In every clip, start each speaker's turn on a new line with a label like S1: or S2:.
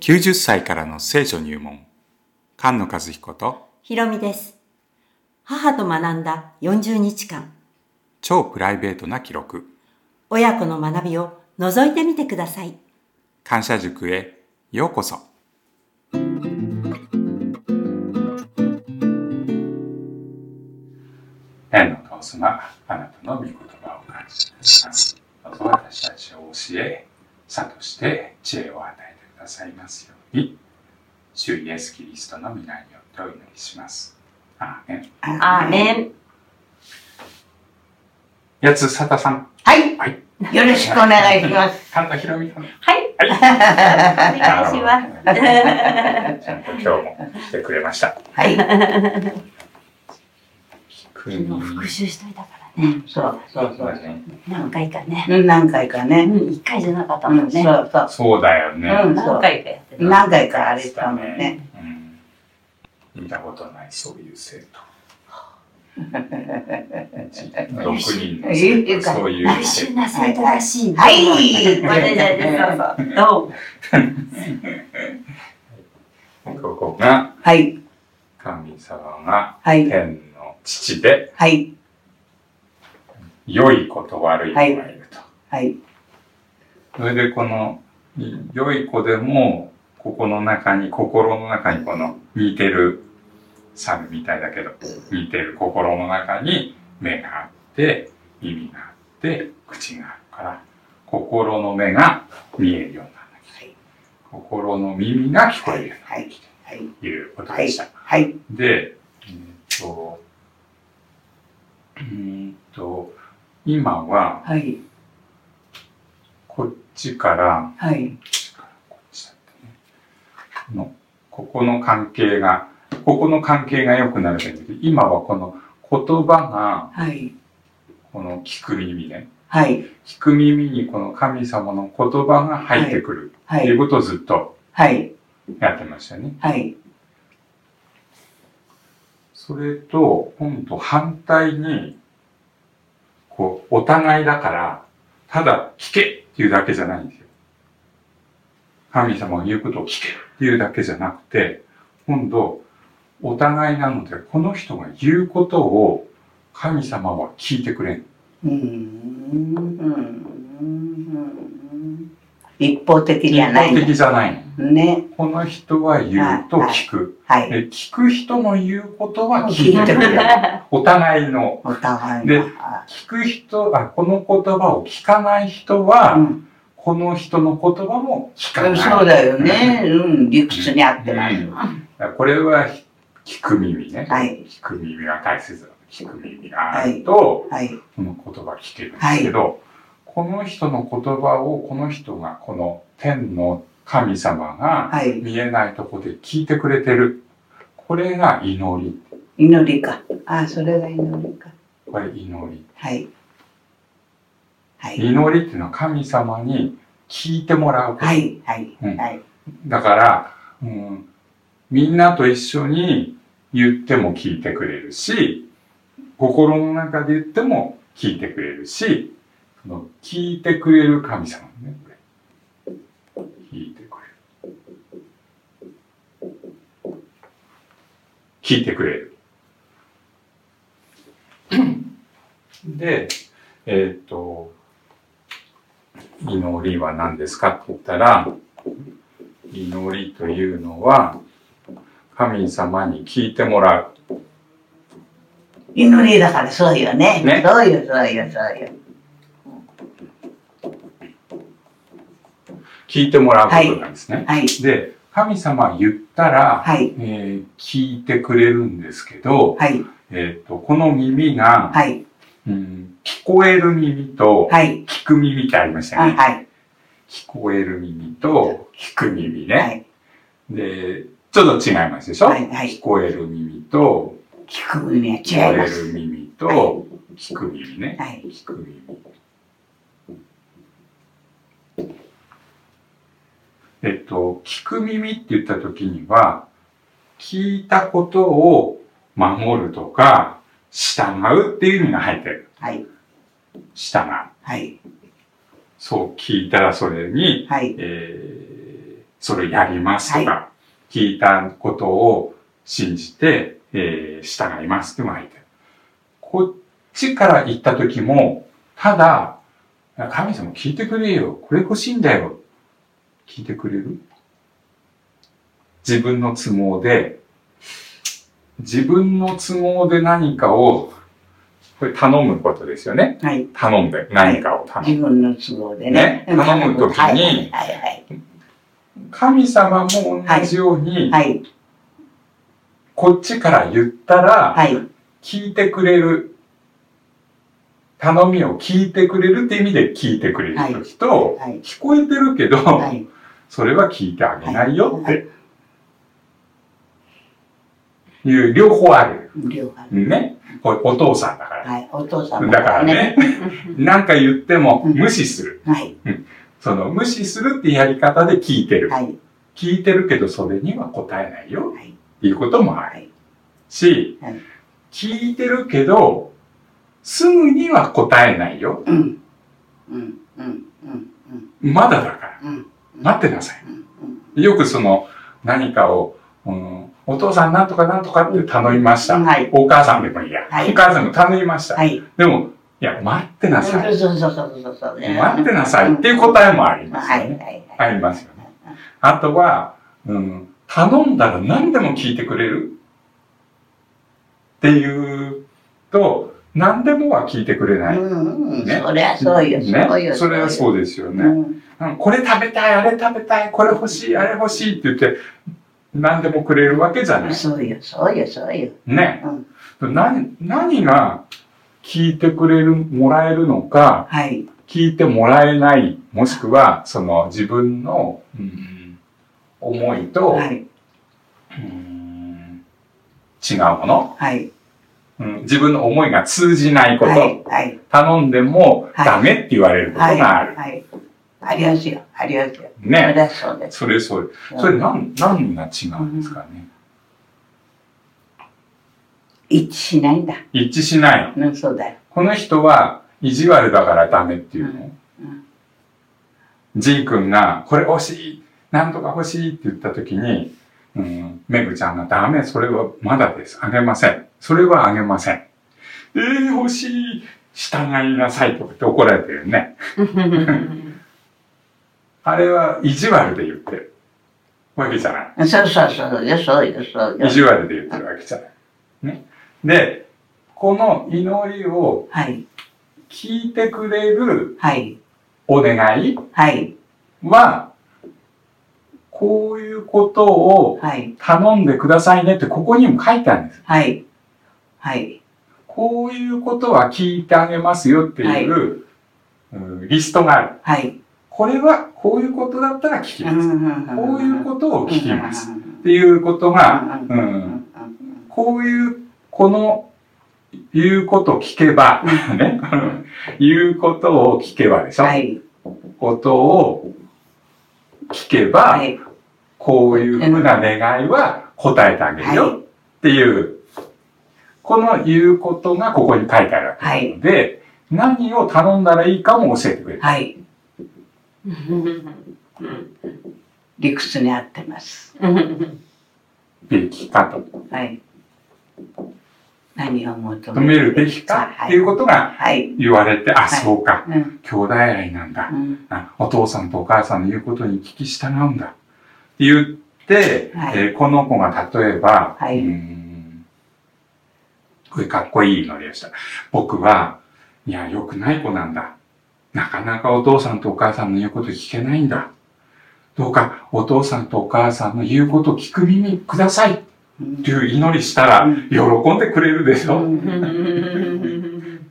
S1: 90歳からの聖書入門。菅野和彦と
S2: ひろみです。母と学んだ40日間、
S1: 超プライベートな記録。
S2: 親子の学びを覗いてみてください。
S1: 感謝塾へようこそ。天のお父様、あなたの御言葉を感謝いたします。どうぞ私たちを教え、諭して知恵を与えてくださいますように、主イエス・キリストの皆によってお祈りします。アーメン。
S2: アーメン。
S1: やつさたさん、
S3: はい。
S1: はい
S3: よろしくお願いします。
S1: 神田ひろみさん。
S2: はい。
S1: はい。
S2: お願いします。
S1: ます。ちゃんと今日も来てくれました。
S3: はい。
S1: 国
S2: もう復習しといたからね。
S3: うんそうそうそう。
S2: 何回かね。
S3: うん何回か
S2: う
S3: ね。
S2: ん、一回じゃなかった
S3: う
S2: もん
S3: ん、そ
S2: ね。
S3: うそう。
S1: そうだよね。
S3: うん
S2: 何回かやってた。
S3: 何回かあれしたもんね。
S1: うん。見たことないそういう生 徒。
S3: は
S1: 六人の生徒そういう
S2: 来
S1: 生
S2: 週
S1: 徒。
S2: な生徒らしいね。
S3: い。
S2: これで、そうそう。どう
S1: ここが
S3: はい。
S1: 神様が
S3: はい。
S1: 天の父で
S3: はい。
S1: 良い子と悪い子がいると。
S3: はい。
S1: それでこの良い子でもここの中に心の中にこの似てる猿みたいだけど似てる心の中に目があって耳があって口があるから心の目が見えるようになる
S3: はい。
S1: 心の耳が聞こえるよ
S3: はい。はい。
S1: うということ
S3: は
S1: で
S3: い
S1: した。。
S3: はい。
S1: で、えーっと、うーんと、今は
S3: はい。
S1: こっちから
S3: はい。
S1: こっちだったねこのここの関係が、ここの関係が良くなればいいんだけど、今はこの言葉
S3: はい。
S1: が、この聞く耳ね。
S3: はい。
S1: 聞く耳にこの神様の言葉が入ってくる
S3: は
S1: っていう
S3: い。
S1: ことをずっと
S3: はい。
S1: やってましたね。
S3: はい。
S1: それと、今度反対に、こう、お互いだから、ただ聞けっていうだけじゃないんですよ。神様が言うことを聞けっていうだけじゃなくて、今度、お互いなので、この人が言うことを神様は聞いてくれん。
S3: うーん。一方的じゃ
S1: 一
S3: ない
S1: 方的じゃない。
S3: ね。
S1: この人は言うと聞く。
S3: はい。
S1: で聞く人の言うことは聞
S3: 聞い
S1: い
S3: て
S1: て
S3: く
S1: くれ
S3: れ
S1: る。お互いの。
S3: お互い
S1: で
S3: の。あ
S1: 聞く人、あ、この言葉を聞かない人は、
S3: うん
S1: この人の言葉も聞か
S3: う
S1: なんい。
S3: そうだよね。うん、理屈に合ってます。
S1: うんこれはひ聞く耳ね。
S3: はい
S1: 聞く耳が大切だ。聞く耳があると、
S3: はい。
S1: この言葉聞けるんですけど、この人の言葉をこの人が、この天の神様が
S3: はい。
S1: 見えないとこで聞いてくれてる。これが祈り。
S3: 祈りか。あ、それが祈りか。
S1: これ祈り。
S3: はい。はい。
S1: 祈りっていうのは神様に聞いてもらうこと。
S3: はい。はい。
S1: うん
S3: はい。
S1: だから、うん、みんなと一緒に言っても聞いてくれるし、心の中で言っても聞いてくれるし、その聞いてくれる神様ね、これ。聞いてくれる。聞いてくれる。 で、えっ、と、祈りは何ですかって言ったら、祈りというのは神様に聞いてもらう。
S3: 祈りだからそうよね。
S1: ね
S3: そうよ、そうよ、そうよ。
S1: 聞いてもらうことなんですね。
S3: はい。
S1: で、神様言ったら、
S3: はい。
S1: えー聞いてくれるんですけど、
S3: はい。
S1: えっとこの耳が、
S3: はい。
S1: うん、聞こえる耳と
S3: はい。
S1: 聞く耳ってありました
S3: あ
S1: よね。
S3: はい。
S1: 聞こえる耳と聞く耳ね。
S3: はい。
S1: で、ちょっと違いますでしょ、
S3: はいはい
S1: 聞こえる耳と
S3: 聞く耳は
S1: 聞こ
S3: 違い
S1: え
S3: ます。
S1: る耳
S3: はい
S1: と聞く耳ね。
S3: はい。
S1: 聞く耳。えっと、聞く耳って言った時には、聞いたことを守るとか、従うっていう意味が入ってる。
S3: はい。
S1: 従う。
S3: はい。
S1: そう聞いたらそれに、
S3: はい。
S1: えーそれやりますとか、聞いたことを信じて、えー従いますっていうのが入ってる。こっちから行った時も、ただ、神様聞いてくれよ。これ欲しいんだよ。聞いてくれる自分の都合で、自分の都合で何かを、これ頼むことですよね。
S3: はい。
S1: 頼んで、何かを頼む。
S3: 自分の都合で
S1: ね
S3: ね。
S1: 頼む時に
S3: はいはい
S1: 神様も同じように、
S3: はい。はい。
S1: こっちから言ったら、
S3: はい。
S1: 聞いてくれる、頼みを聞いてくれるって意味で聞いてくれる時と、
S3: はい。
S1: 聞こえてるけど、
S3: はい。
S1: それは聞いてあげないよっ
S3: は
S1: て、いう両方ある。
S3: 両方ある
S1: ね。これお父さんだから。
S3: はい。お父さんも
S1: だからね、 なんか言っても無視する。
S3: はい。
S1: その無視するってやり方で聞いてる。
S3: はい。
S1: 聞いてるけどそれには答えないよ
S3: はい。
S1: っていうこともあ
S3: はい
S1: るし
S3: はい、
S1: 聞いてるけど、すぐには答えないよ。
S3: うん。うん。うん。うん。うん。
S1: まだだから。
S3: うん。
S1: 待ってなさい。
S3: うん。うん。
S1: よくその、何かを、うん、お父さんなんとかなんとかって頼みました。
S3: はい
S1: お母さんでもいいや。
S3: はい
S1: お母さんも頼みました。
S3: はい。
S1: でも、いや、待ってなさい。
S3: そうそうそうそうそうそう。
S1: 待ってなさいっていう答えもあります
S3: は
S1: よ
S3: い。は
S1: ね。
S3: い。
S1: ありますよね。あとは、うん、頼んだら何でも聞いてくれるっていうと、何でもは聞いてくれない。
S3: うんうん。
S1: ね
S3: そりゃそうよ。そう
S1: ね
S3: よ。、
S1: それは
S3: う
S1: そうですよ
S3: よ
S1: ね、うんこれ食べたい、あれ食べたい、これ欲しい、あれ欲しいって言って、何でもくれるわけじゃ
S3: う
S1: なんい。
S3: そうよ。そうよ。そうよ。
S1: ね。
S3: うん
S1: 何、何が聞いてくれる、もらえるのか、
S3: はい。
S1: 聞いてもらえない、もしくは、その自分の、うん思いと、
S3: はい。
S1: うん違うもの、
S3: はい。
S1: うん自分の思いが通じないこと、
S3: はい。はい。
S1: 頼んでも
S3: はい
S1: ダメって言われること
S3: はい。
S1: がある。
S3: はい。ありますよ。ありますよ。そ
S1: ね。
S3: りゃそうです。
S1: それそれ。それ何、何が違うんですかね。
S3: 一致しないんだ。
S1: 一致しないの。
S3: うん、そうだよ。
S1: この人は意地悪だからダメっていうの。
S3: うん
S1: ジー君が、これ欲しい、なんとか欲しいって言った時に、うん、メグちゃんがダメ、それはまだです。あげません。それはあげません。ええ欲しい、従いなさいとかって怒られてるよね。あれは意地悪で言ってるわけじゃない。
S3: そうそうそうよ、そうよ、そうよ
S1: 意。地悪で言ってるわけじゃない。ね。で、この祈りを
S3: はい、
S1: 聞いてくれる
S3: はい、
S1: お願い
S3: はい、
S1: は、こういうことを
S3: はい、
S1: 頼んでくださいねってここにも書いてあるんです。
S3: はい、はい、
S1: こういうことは聞いてあげますよっていう、うんリストがある。
S3: はい。
S1: これはこういうことだったら聞きます。こ
S3: こ
S1: ういうこと
S3: と
S1: を聞きます。。っていうことが、
S3: うん
S1: う
S3: うんうん
S1: ん、こういう、この、言うことを聞けば、ね、言うことを聞けばでしょ、
S3: はい、
S1: ことを聞けば、
S3: はい、
S1: こういうふうな願いは答えてあげるよっていう、この言うことがここに書いてあるわけなので、何を頼んだらいいかも教えてくれる。
S3: はい。理屈に合ってます。
S1: べきかと。
S3: はい。何を求
S1: 止
S3: め
S1: めるべきかっていう
S3: こ
S1: ことが
S3: と。はい。
S1: 言われて、あ、
S3: い
S1: そうか。
S3: うん
S1: 兄弟愛なんだ。
S3: うん
S1: あお父さんとお母さんの言うことに聞き従うんだ。って言って、
S3: はい
S1: えーこの子が例えば、
S3: はいう
S1: ーんこれかっこいいのりをした。僕は、いや、良くない子なんだ。なかなかお父さんとお母さんの言うこと聞けないんだ。どうかお父さんとお母さんの言うことを聞く耳くださいっ
S3: うん
S1: ていう祈りしたら
S3: うん
S1: 喜んでくれるでしょ、
S3: うん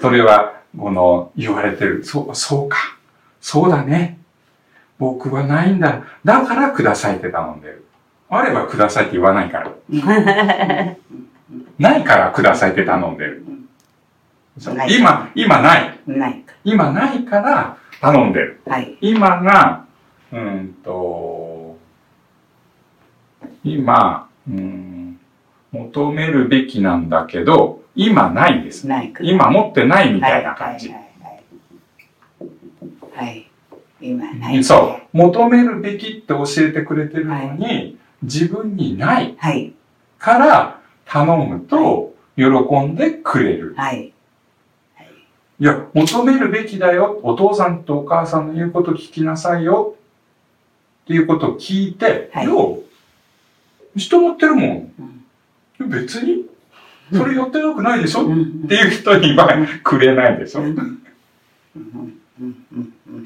S1: それは、この、言われてる。そう、そうか。そうだね。僕はないんだ。だからくださいって頼んでる。あればくださいって言わないから。ないからくださいって頼んでる。そう
S3: ない
S1: 今、今ない。
S3: ないか。
S1: 今ないから頼んでる。
S3: はい。
S1: 今が、うーんと、今、うーん、求めるべきなんだけど、今ないです。
S3: ないか。
S1: 今持ってないみたいな感じ。
S3: はいはいはいはいはい今ない。
S1: そう。求めるべきって教えてくれてるのに、自分にない
S3: はい。
S1: から頼むと喜んでくれる。
S3: はい。
S1: いや、求めるべきだよ。お父さんとお母さんの言うこと聞きなさいよ。っていうことを聞いて、
S3: はい
S1: よう、人持ってるもん。
S3: うん
S1: 別に、それやってなくないでしょ、
S3: う
S1: っ
S3: ん
S1: ていう人にはくれないでしょ、
S3: うんうんうんうんうんうん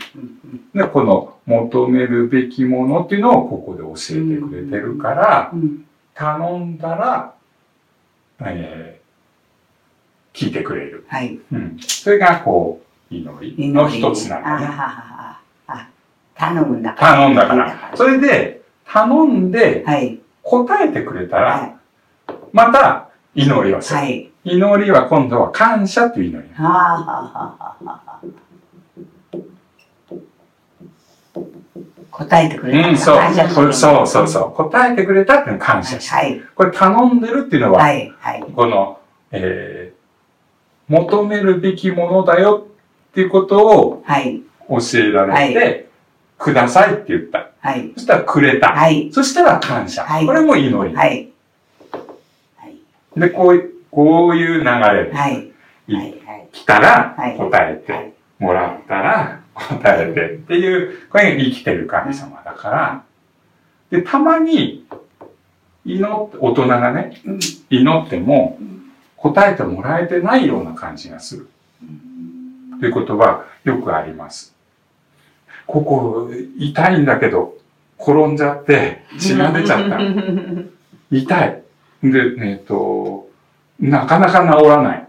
S1: で、この求めるべきものっていうのをここで教えてくれてるから、
S3: うん
S1: 頼んだら、えー聞いてくれる。
S3: はい。
S1: うん。それが、こう、祈りの一つなんだね。
S3: ああ、あ頼むんだから。
S1: 頼んだから。それで、頼んで
S3: はい。
S1: 答えてくれたら、
S3: は
S1: また祈りを
S3: い。
S1: する。
S3: はい。
S1: 祈りは今度は感謝っていう祈り。
S3: はあはあはあはあ。答えてくれた
S1: うん、そう
S3: 感謝。す
S1: これ
S3: る
S1: そうそうそう。答えてくれたっていうのは感謝し
S3: はい。
S1: これ頼んでるっていうのは、
S3: はい。はい。
S1: この、えー求めるべきものだよっていうことを
S3: はい。
S1: 教えられて、くださいって言った。
S3: はい。
S1: そしたらくれた。
S3: はい。
S1: そしたら感謝。
S3: はい
S1: これも祈り。
S3: はい。はい。
S1: で、こうい、こういう流れ
S3: はい。は
S1: に
S3: い。はい。
S1: 来たら
S3: はい、
S1: 答えて、
S3: はい。
S1: もらったら答えてっていう、これが生きてる神様だから。で、たまに、祈って、大人がね、
S3: うん
S1: 祈っても
S3: うん
S1: 答えてもらえてないような感じがする。ということはよくあります。ここ、痛いんだけど、転んじゃって、血が出ちゃった。痛い。で、えっ、と、なかなか治らない。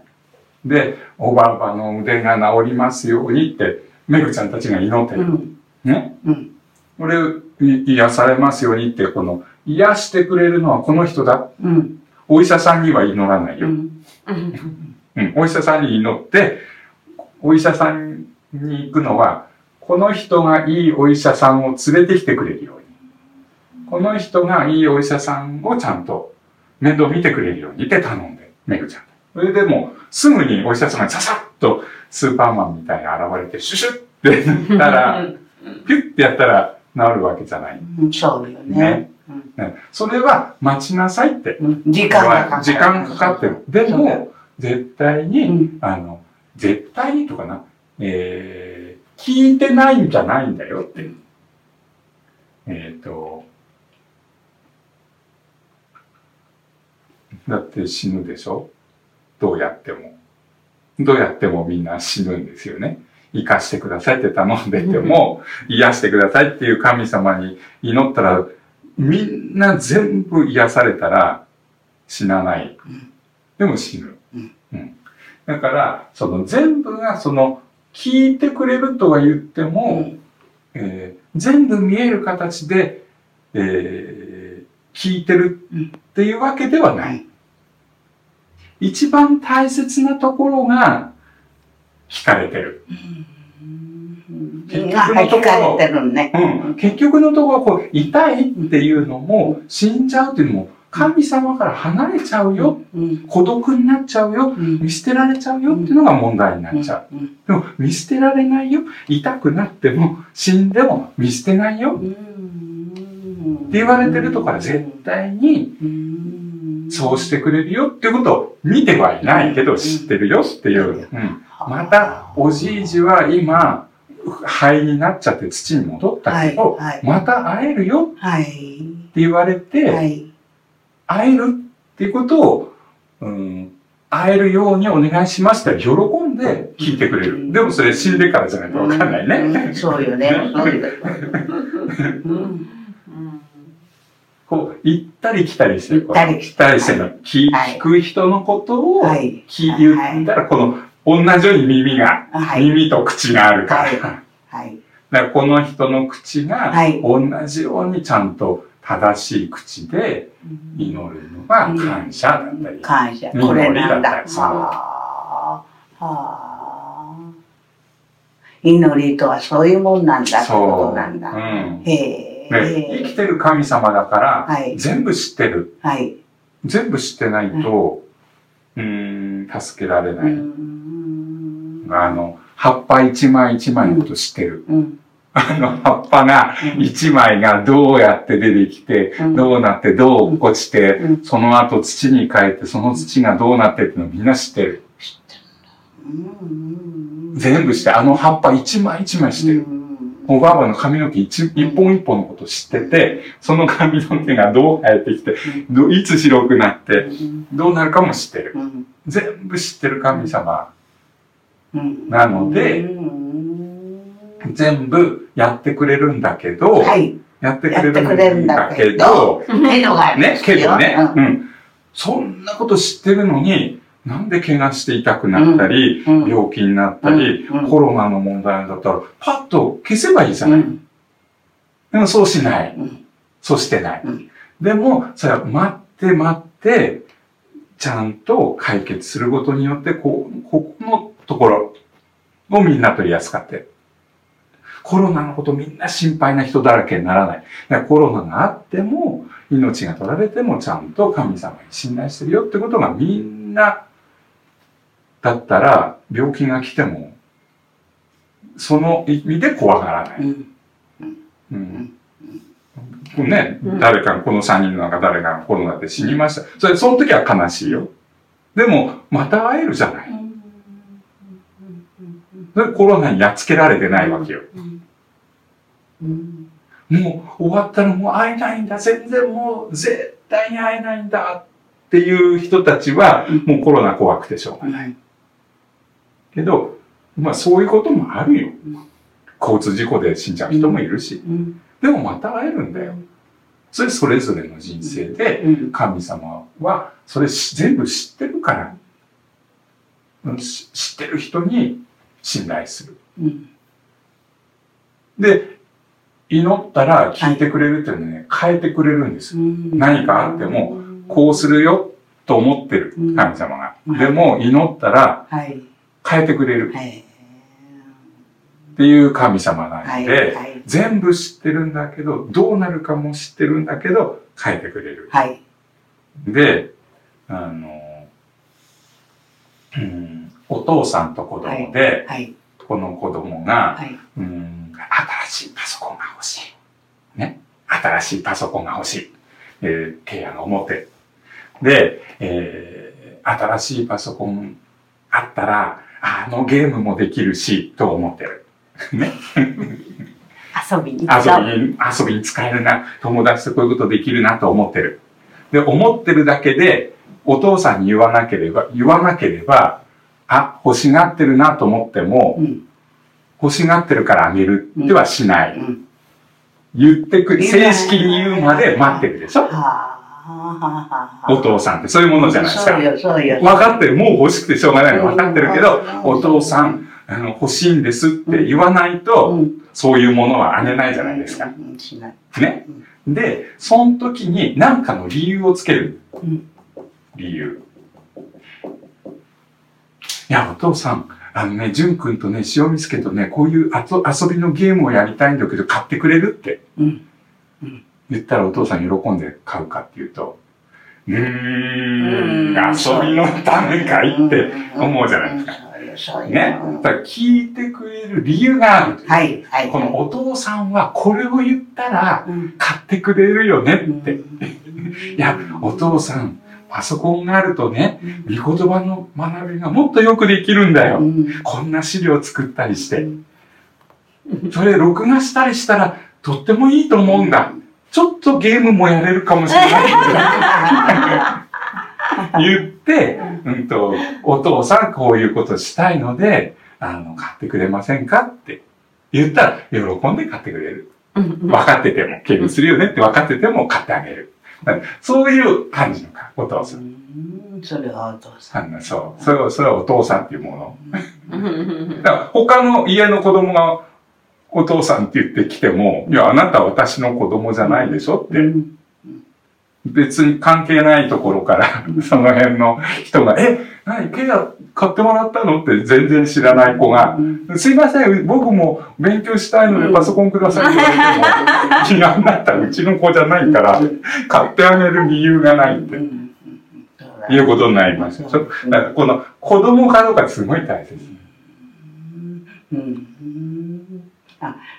S1: で、おばあばの腕が治りますようにって、めぐちゃんたちが祈って
S3: う
S1: る。
S3: ん。
S1: ね
S3: うん。
S1: 俺、い癒されますようにって、この、癒してくれるのはこの人だ。
S3: うん。
S1: お医者さんには祈らないうよ。うん、
S3: ん。
S1: お医者さんに祈って、お医者さんに行くのは、この人がいいお医者さんを連れてきてくれるように。この人がいいお医者さんをちゃんと面倒見てくれるようにって頼んで、めぐちゃん。それでもう、すぐにお医者さんがささっとスーパーマンみたいに現れて、シュシュって言った ら、ピュッてやったら治るわけじゃない。
S3: うんそうよね
S1: ね。ねそれは待ちなさいって。
S3: うん時間がかかる。
S1: 時間かかってる。で
S3: そうだよ
S1: も、絶対
S3: う
S1: に、
S3: ん。
S1: あの、絶対にとかな、えー、聞いてないんじゃないんだよって。えっ、と、だって死ぬでしょどうやっても。どうやってもみんな死ぬんですよね。生かしてくださいって頼んでても、癒してくださいっていう神様に祈ったら、みんな全部癒されたら死なない
S3: うん。
S1: でも死ぬ
S3: うん。
S1: うん、だから、その全部がその、聞いてくれるとは言っても、
S3: うん
S1: えー全部見える形で、えー聞いてるっていうわけではない。一番大切なところが聞かれてる。結局のところ
S3: あ聞かれてるね。
S1: うん、結局のところこう痛いっていうのも死んじゃうっていうのも神様から離れちゃうよ。
S3: うん。
S1: 孤独になっちゃうよ。
S3: うん。
S1: 見捨てられちゃうよっていうのが問題になっちゃう。
S3: うん。
S1: でも見捨てられないよ。痛くなっても死んでも見捨てないよ。
S3: うん
S1: って言われてるとか絶対に
S3: うん
S1: そうしてくれるよっていうことを見てはいないけど知ってるよっていう。うん、また、おじいじは今、肺になっちゃって土に戻ったけど、
S3: はい。
S1: また会えるよ
S3: はい。
S1: って言われ
S3: は
S1: て、
S3: い。
S1: 会えるっていうことを、うん、会えるようにお願いしましたら喜んで聞いてくれる。でもそれ死んでからじゃないとわかんないね。
S3: うんそうよね。そうよねうん
S1: こう、行ったり来たりしてる。
S3: 行ったり来
S1: 来たりしてるの。聞
S3: はい
S1: 聞く人のことを、
S3: はい。
S1: 聞い言ったら、この、同じように耳が、
S3: はい。
S1: 耳と口があるから。
S3: はい
S1: だか
S3: はい。
S1: らこの人の口が
S3: はい、
S1: 同じようにちゃんと正しい口で祈るのが感謝だったり。
S3: 感謝。
S1: うん
S3: これな
S1: 祈り
S3: んだ。
S1: だったりする
S3: はあ。はあ。祈りとはそういうもんなんだってことなん
S1: う
S3: だ。
S1: ん。
S3: へ
S1: ね、生
S3: え。
S1: きてる神様だから、
S3: はい。
S1: 全部知ってる。
S3: はい。
S1: 全部知ってないと、うーん、助けられ
S3: う
S1: ない。
S3: ん。
S1: あの、葉っぱ一枚一枚のこと知ってる。
S3: うん。
S1: あの、葉っぱが、一枚がどうやって出てきて、
S3: うん
S1: どうなって、どう落ちて、
S3: うん
S1: その後土に変えて、その土がどうなってっていうのみんな知ってる。
S3: うん
S1: 全部して、あの葉っぱ一枚一枚してる。
S3: うん
S1: おばあばの髪の毛一一本一本のこと知ってて、その髪の毛がどう生えてきて、どいつ白くなって、
S3: うん
S1: どうなるかも知ってる。
S3: うん
S1: 全部知ってる神様。
S3: うん
S1: なので
S3: うん
S1: 全部やってくれるんだけど、
S3: はい。
S1: やってく
S3: や
S1: れ
S3: ってくれ
S1: る
S3: るん
S1: ん
S3: だ
S1: だ
S3: け
S1: け
S3: ど
S1: ど、、
S3: けどがあるんで
S1: ね、
S3: すよ
S1: けどね、
S3: う
S1: うんん。そんなこと知ってるのに、なんで怪我して痛くなったり、
S3: うん
S1: 病気になったり、
S3: うんうん
S1: コロナの問題だったら、パッと消せばいいじゃない。
S3: うん
S1: でもそうしない。
S3: うん
S1: そうしてない。
S3: うん
S1: でも、それは待って待って、ちゃんと解決することによって、こう、ここのところをみんな取り扱って。コロナのことみんな心配な人だらけにならない。だからコロナがあっても、命が取られてもちゃんと神様に信頼してるよってことがみんな、だったら病気が来ても、その意味で怖がらない。
S3: うん
S1: うんね、
S2: うん
S1: 誰か、この3人の中誰かがコロナで死にました。それ、その時は悲しいよ。でも、また会えるじゃない。それコロナにやっつけられてないわけよ。
S3: うんうん
S1: もう終わったらもう会えないんだ。全然もう絶対に会えないんだ。っていう人たちは、もうコロナ怖くてしょうがない。けど、まあそういうこともあるよ
S3: うん。
S1: 交通事故で死んじゃう人もいるし。
S3: うん
S1: でもまた会えるんだよ。それそれぞれの人生で、
S3: うん
S1: 神様はそれし全部知ってるから、うんし知ってる人に信頼する。
S3: うん
S1: で、祈ったら聞いてくれるっていうのはね、変えてくれるんですよ。何かあってもこうするよと思ってる、
S3: うん
S1: 神様が。
S3: うん
S1: でも、祈ったら
S3: はい
S1: 変えてくれる
S3: はい
S1: っていう神様な
S3: は
S1: ん
S3: い
S1: で、
S3: はい
S1: 全部知ってるんだけど、どうなるかも知ってるんだけど、変えてくれる。
S3: はい
S1: で、あの、うん、お父さんと子供で、
S3: はい
S1: この子供が、
S3: はい
S1: うん、新しいパソコンが欲しい。ね。新しいパソコンが欲しい。えー、ケアの表。で、えー新しいパソコンあったら、あのゲームもできるし、と思ってる。ね。
S2: 遊びに行っ
S1: 遊
S2: た。
S1: びに、遊びに使えるな、友達とこういうことできるなと思ってる。で、思ってるだけで、お父さんに言わなければ、言わなければ、あ、欲しがってるなと思っても、
S3: うん
S1: 欲しがってるからあげるではしない。
S3: うん
S1: 言ってくる。
S3: 言えない
S1: 正式に言うまで待ってるでし
S3: は
S1: ょ
S3: あはあはあ
S1: お父さんってそういうものじゃないですか。
S3: そう
S1: 分
S3: よそうよ
S1: かってる。もう欲しくてしょうがないの分かってるけど、
S3: うん
S1: お父さん、あの、欲しいんですって言わない
S3: うん
S1: と、そういうものはあげないじゃないです
S3: う
S1: か。
S3: んうんしない
S1: ね。で、その時に何かの理由をつける。
S3: うん
S1: 理由。いや、お父さん、あのね、淳くんとね、塩見助とね、こういうあと遊びのゲームをやりたいんだけど、買ってくれるって。
S3: うん
S1: 言ったらお父さん喜んで買うかっていうと、うーん、
S3: う
S1: 遊
S3: ん
S1: びのためかいって思うじゃないですか。
S3: ですか
S1: ね。だから聞いてくれる理由がある。
S3: はいはい
S1: このお父さんはこれを言ったら
S3: うん
S1: 買ってくれるよねって。い
S3: うん
S1: や、お父さん、パソコンがあるとね、見言葉の学びがもっとよくできるんだ
S3: う
S1: よ。
S3: ん
S1: こんな資料作ったりして。それ録画したりしたらとってもいいと思うんだ。ちょっとゲームもやれるかもしれない。言って、うんと、お父さんこういうことしたいので、あの、買ってくれませんかって言ったら、喜んで買ってくれる。
S2: うんうん
S1: 分かってても、敬語するよねって分かってても買ってあげる。だからそういう感じのか、お父さん。
S3: うんそれはお父さ
S1: あのそう。それは、それはお父さんっていうもの。
S2: うんうんうん
S1: だから他の家の子供が、お父さんって言ってきても、いや、あなたは私の子供じゃないでしょっ
S3: ん。
S1: て、
S3: うん
S1: 別に関係ないところから、 その辺の人が、え、何、ケア買ってもらったのって全然知らない子が、
S3: うん
S1: すいません、僕も勉強したいのでパソコンくださいって言 われても、いや、あなたうちの子じゃないから、買ってあげる理由がないって
S3: うんうんうんそうだ
S1: いうことになりますよ。ちょだからこの子供かどうかすごい大切。
S3: うんうん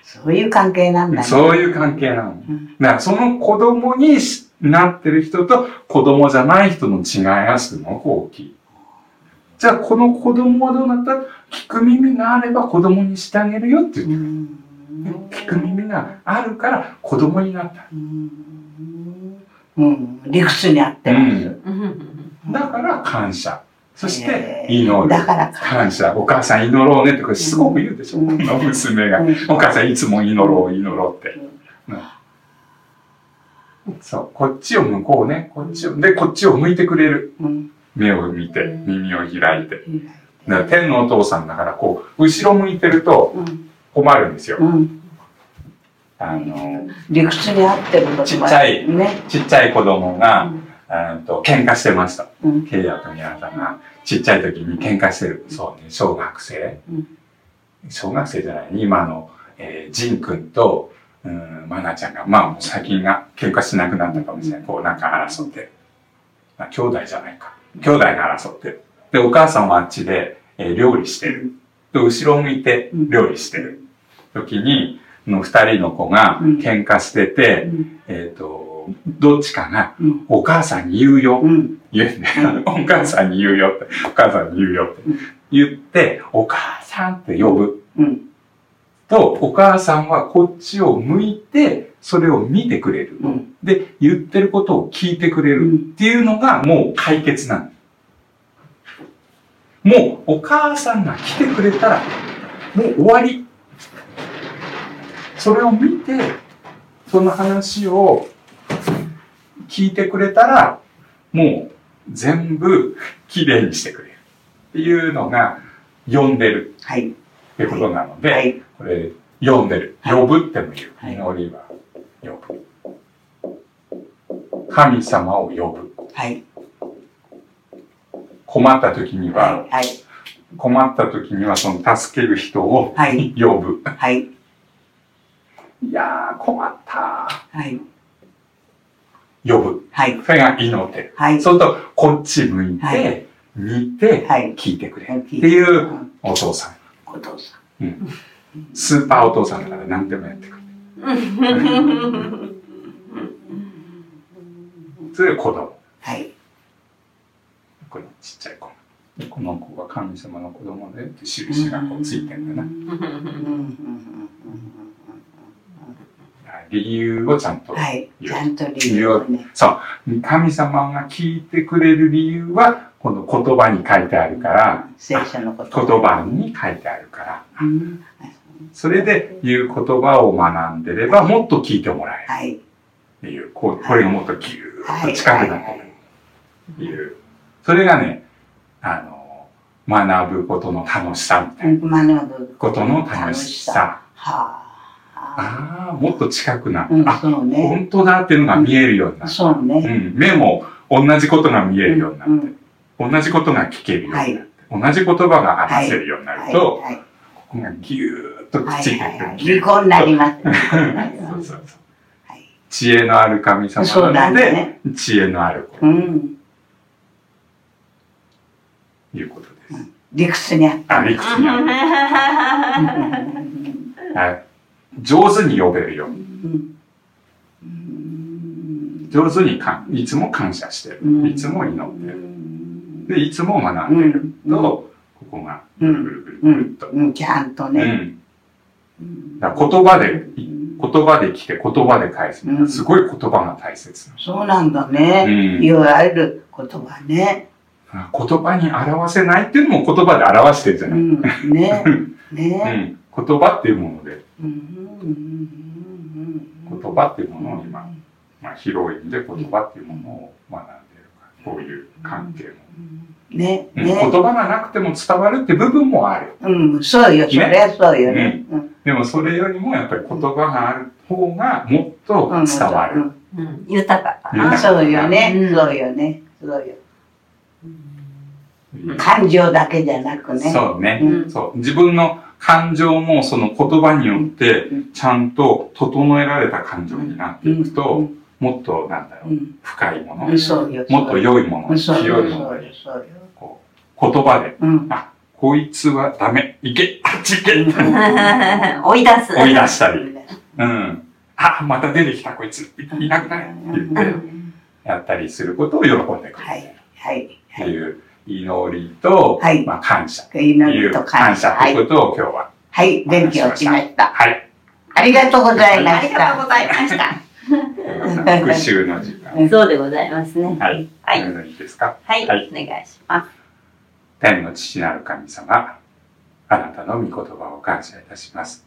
S3: そういう関係なんだね。
S1: そういう関係なの。
S3: うん
S1: だからその子供にしなってる人と子供じゃない人の違いがすごく大きい。じゃあこの子供はどうなった聞く耳があれば子供にしてあげるよって言って
S3: うん
S1: 聞く耳があるから子供になった。
S3: うんうん、理屈に合ってます。
S2: うん
S1: だから感謝。そし
S3: へ
S1: て
S3: え
S1: 祈る
S3: だ。からか
S1: 感謝。お母さん祈ろうねってこれすごく言うでしょ、
S3: う
S1: こ
S3: ん
S1: の娘が。
S3: うん
S1: お母さんいつも祈ろう、祈ろうって。そう。こっちを向こうね。こっちを。で、こっちを向いてくれる。
S3: うん
S1: 目を見て、
S2: うん
S1: 耳を開いて。
S3: うん
S1: だから天のお父さんだから、こう、後ろ向いてると
S3: うん
S1: 困るんですよ。
S3: うん
S1: あの、
S3: 理屈に合ってること
S1: ちっちゃい
S3: ね。
S1: ちっちゃい子供
S3: う
S1: が、
S3: ん
S1: えっと、喧嘩してました。
S3: うん
S1: ケイヤとミヤさんが、ちっちゃい時に喧嘩してる。そうね、小学生
S3: うん
S1: 小学生じゃない、今の、えー、ジン君と、うん、マナちゃんが、まあ、もう最近が喧嘩しなくなったかもしれない。こう、なんか争って。まあ、兄弟じゃないか。兄弟が争ってる。で、お母さんはあっちで、えー料理してる。で、後ろ向いて
S3: うん
S1: 料理してる時に、の二人の子が
S3: うん
S1: 喧嘩してて、
S3: うん
S1: えっ、と、どっちかが、
S3: うん
S1: お母さんに言うよ。
S3: うん
S1: 言うんで、お母さんに言うよって、お母さんに言うよって
S3: うん
S1: 言って、お母さんって呼ぶ
S3: うん
S1: と、お母さんはこっちを向いて、それを見てくれる。
S3: うん
S1: で、言ってることを聞いてくれ
S3: う
S1: る
S3: ん
S1: っていうのがもう解決なの。もうお母さんが来てくれたら、もう終わり。それを見て、その話を聞いてくれたら、もう全部きれいにしてくれる。っていうのが、呼んでる
S3: はい
S1: ってことなので、
S3: はい
S1: これ、呼んでる。
S3: はい
S1: 呼ぶっても言う。
S3: はい
S1: 祈りは、呼ぶ。神様を呼ぶ。
S3: はい
S1: 困った時には、
S3: はい
S1: 困った時にはその助ける人を
S3: はい
S1: 呼ぶ。
S3: はい
S1: いやー、困った
S3: はい
S1: ー。呼ぶ。
S3: はい
S1: それが祈ってる。
S3: はい
S1: そうすると、こっち向いて、
S3: はい
S1: 見て、
S3: はい
S1: 聞いてくれる。
S3: って
S1: っていううお父さん。
S3: お父さん
S1: スーパーお父さんだから何でもやってくれる。それが子供。
S3: はい
S1: このちっちゃい子。でこの子が神様の子供でって印がこうついてるんだな。
S3: うんうんうん
S1: 理由をちゃんと
S3: うんはいちゃんと理由をね
S1: 神様が聞いてくれる理由はこの言葉に書いてあるから
S3: 聖書のこと
S1: 言葉に書いてあるから
S3: うん
S1: それで言う言葉を学んでればもっと聞いてもらえる
S3: はい
S1: っていうこうこれがもっとぎゅーっと近くなってくるっていうそれがねあの学ぶことの楽しさみたいな
S3: 学ぶ
S1: ことの楽しさ
S3: はあ
S1: ああもっと近くなる
S3: うん
S1: あ
S3: そうね
S1: 本当だっていうのが見えるようになる、
S3: そう
S1: う
S3: ね
S1: ん、目も同じことが見えるようになる
S3: うんうん
S1: 同じことが聞けるようになって、同じ言葉が話せるようになると、
S3: はいはい
S1: ここがギューッとくっ
S3: は
S1: ついて
S3: い
S1: くる、
S3: はいはい離婚になりま す離婚になり
S1: そ
S3: ま
S1: う
S3: す
S1: そうそう
S3: はい
S1: 知恵のある神
S3: そ
S1: 様
S3: う
S1: な
S3: だ
S1: ので、
S3: ね
S1: 知恵のある子
S3: う
S1: と
S3: ん
S1: いうことです。
S3: 理屈に合って
S1: あ理屈に合うはい上手に呼べるように
S3: うんうん
S1: 上手にかんいつも感謝してる、
S3: うん
S1: いつも祈って
S3: う
S1: る
S3: ん
S1: でいつも学んでると、ここがぐるぐるぐるぐるっと、
S3: うんちゃんと
S1: う
S3: ね、
S1: んだから言葉で言葉で来て言葉で返す、
S3: うん
S1: すごい言葉が大切な
S3: そうなんだ
S1: の、
S3: ね、
S1: うん
S3: いわゆる言葉ね、
S1: 言葉に表せないっていうのも言葉で表してるじゃ
S3: う
S1: ない。うん
S3: ん、ねね、
S1: 言葉っていうもので、
S3: うんうんうんうん
S1: 言葉っていうものを今、まあ、広い意味で言葉っていうものを学んでるから、こういう関係も。
S3: ね
S1: うん言葉
S3: ね、
S1: がなくても伝わるって部分もある。
S3: うん、そうよ、そりゃそうよね、うん、
S1: でもそれよりもやっぱり言葉がある方がもっと伝わる。
S2: うん豊かか
S3: うん、
S2: な。
S3: そうよね、
S2: うん
S3: そうよね、そうよ、
S2: うん
S3: 感情だけじゃなくね、
S1: そうね、
S2: うん
S1: そう。自分の感情もその言葉によってちゃんと整えられた感情になっていくと、もっとなんだろ
S3: う
S1: う、
S3: ん、
S1: 深いもの
S3: うん、そうよ、
S1: もっと良いもの、
S3: そう
S1: 清いも
S3: よ、そ
S1: の
S3: うよ
S1: に、、
S3: そうよ、
S1: こう、言葉で、
S3: うん、
S1: あ、こいつはダメ。いけあっち行け
S3: うん
S2: 追い出す。
S1: 追い出したり。うん。あ、また出てきたこいつ。いいなくなるって言って、やったりすることを喜んでくれる。
S3: はい。はい。
S1: っていう祈りと、
S3: はい
S1: まあ感謝。
S3: 祈
S1: い
S3: り
S1: う
S3: と
S1: 感
S3: 感謝。
S1: 謝
S3: は
S1: とい
S3: い。
S1: うことを今日は。
S3: はい。勉強しました。
S1: はい。
S3: ありがとうございま
S2: あり
S3: し
S2: がと
S3: た。
S2: うございました。
S1: 復習の時間。
S2: そうでございますね。
S1: はい。
S2: はい
S1: いいですか
S2: はい、
S1: はい
S2: お願いします。
S1: 天の父なる神様、あなたの御言葉を感謝いたします。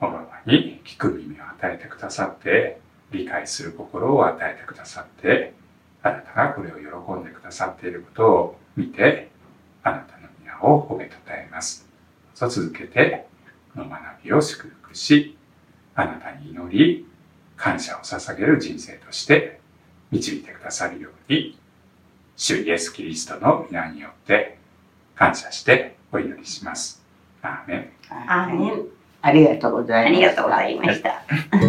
S1: おままに聞く耳を与えてくださって、理解する心を与えてくださって、あなたがこれを喜んでくださっていることを見て、あなたの皆を褒めたたえます。さあ続けて、この学びを祝福し、あなたに祈り、感謝を捧げる人生として導いてくださるように、主イエスキリストの皆によって感謝してお祈りします。アーメン。
S2: あ
S3: ありがとうござ
S2: あ
S3: いま
S2: り
S3: し
S2: が
S3: た
S2: とうご。ざいました。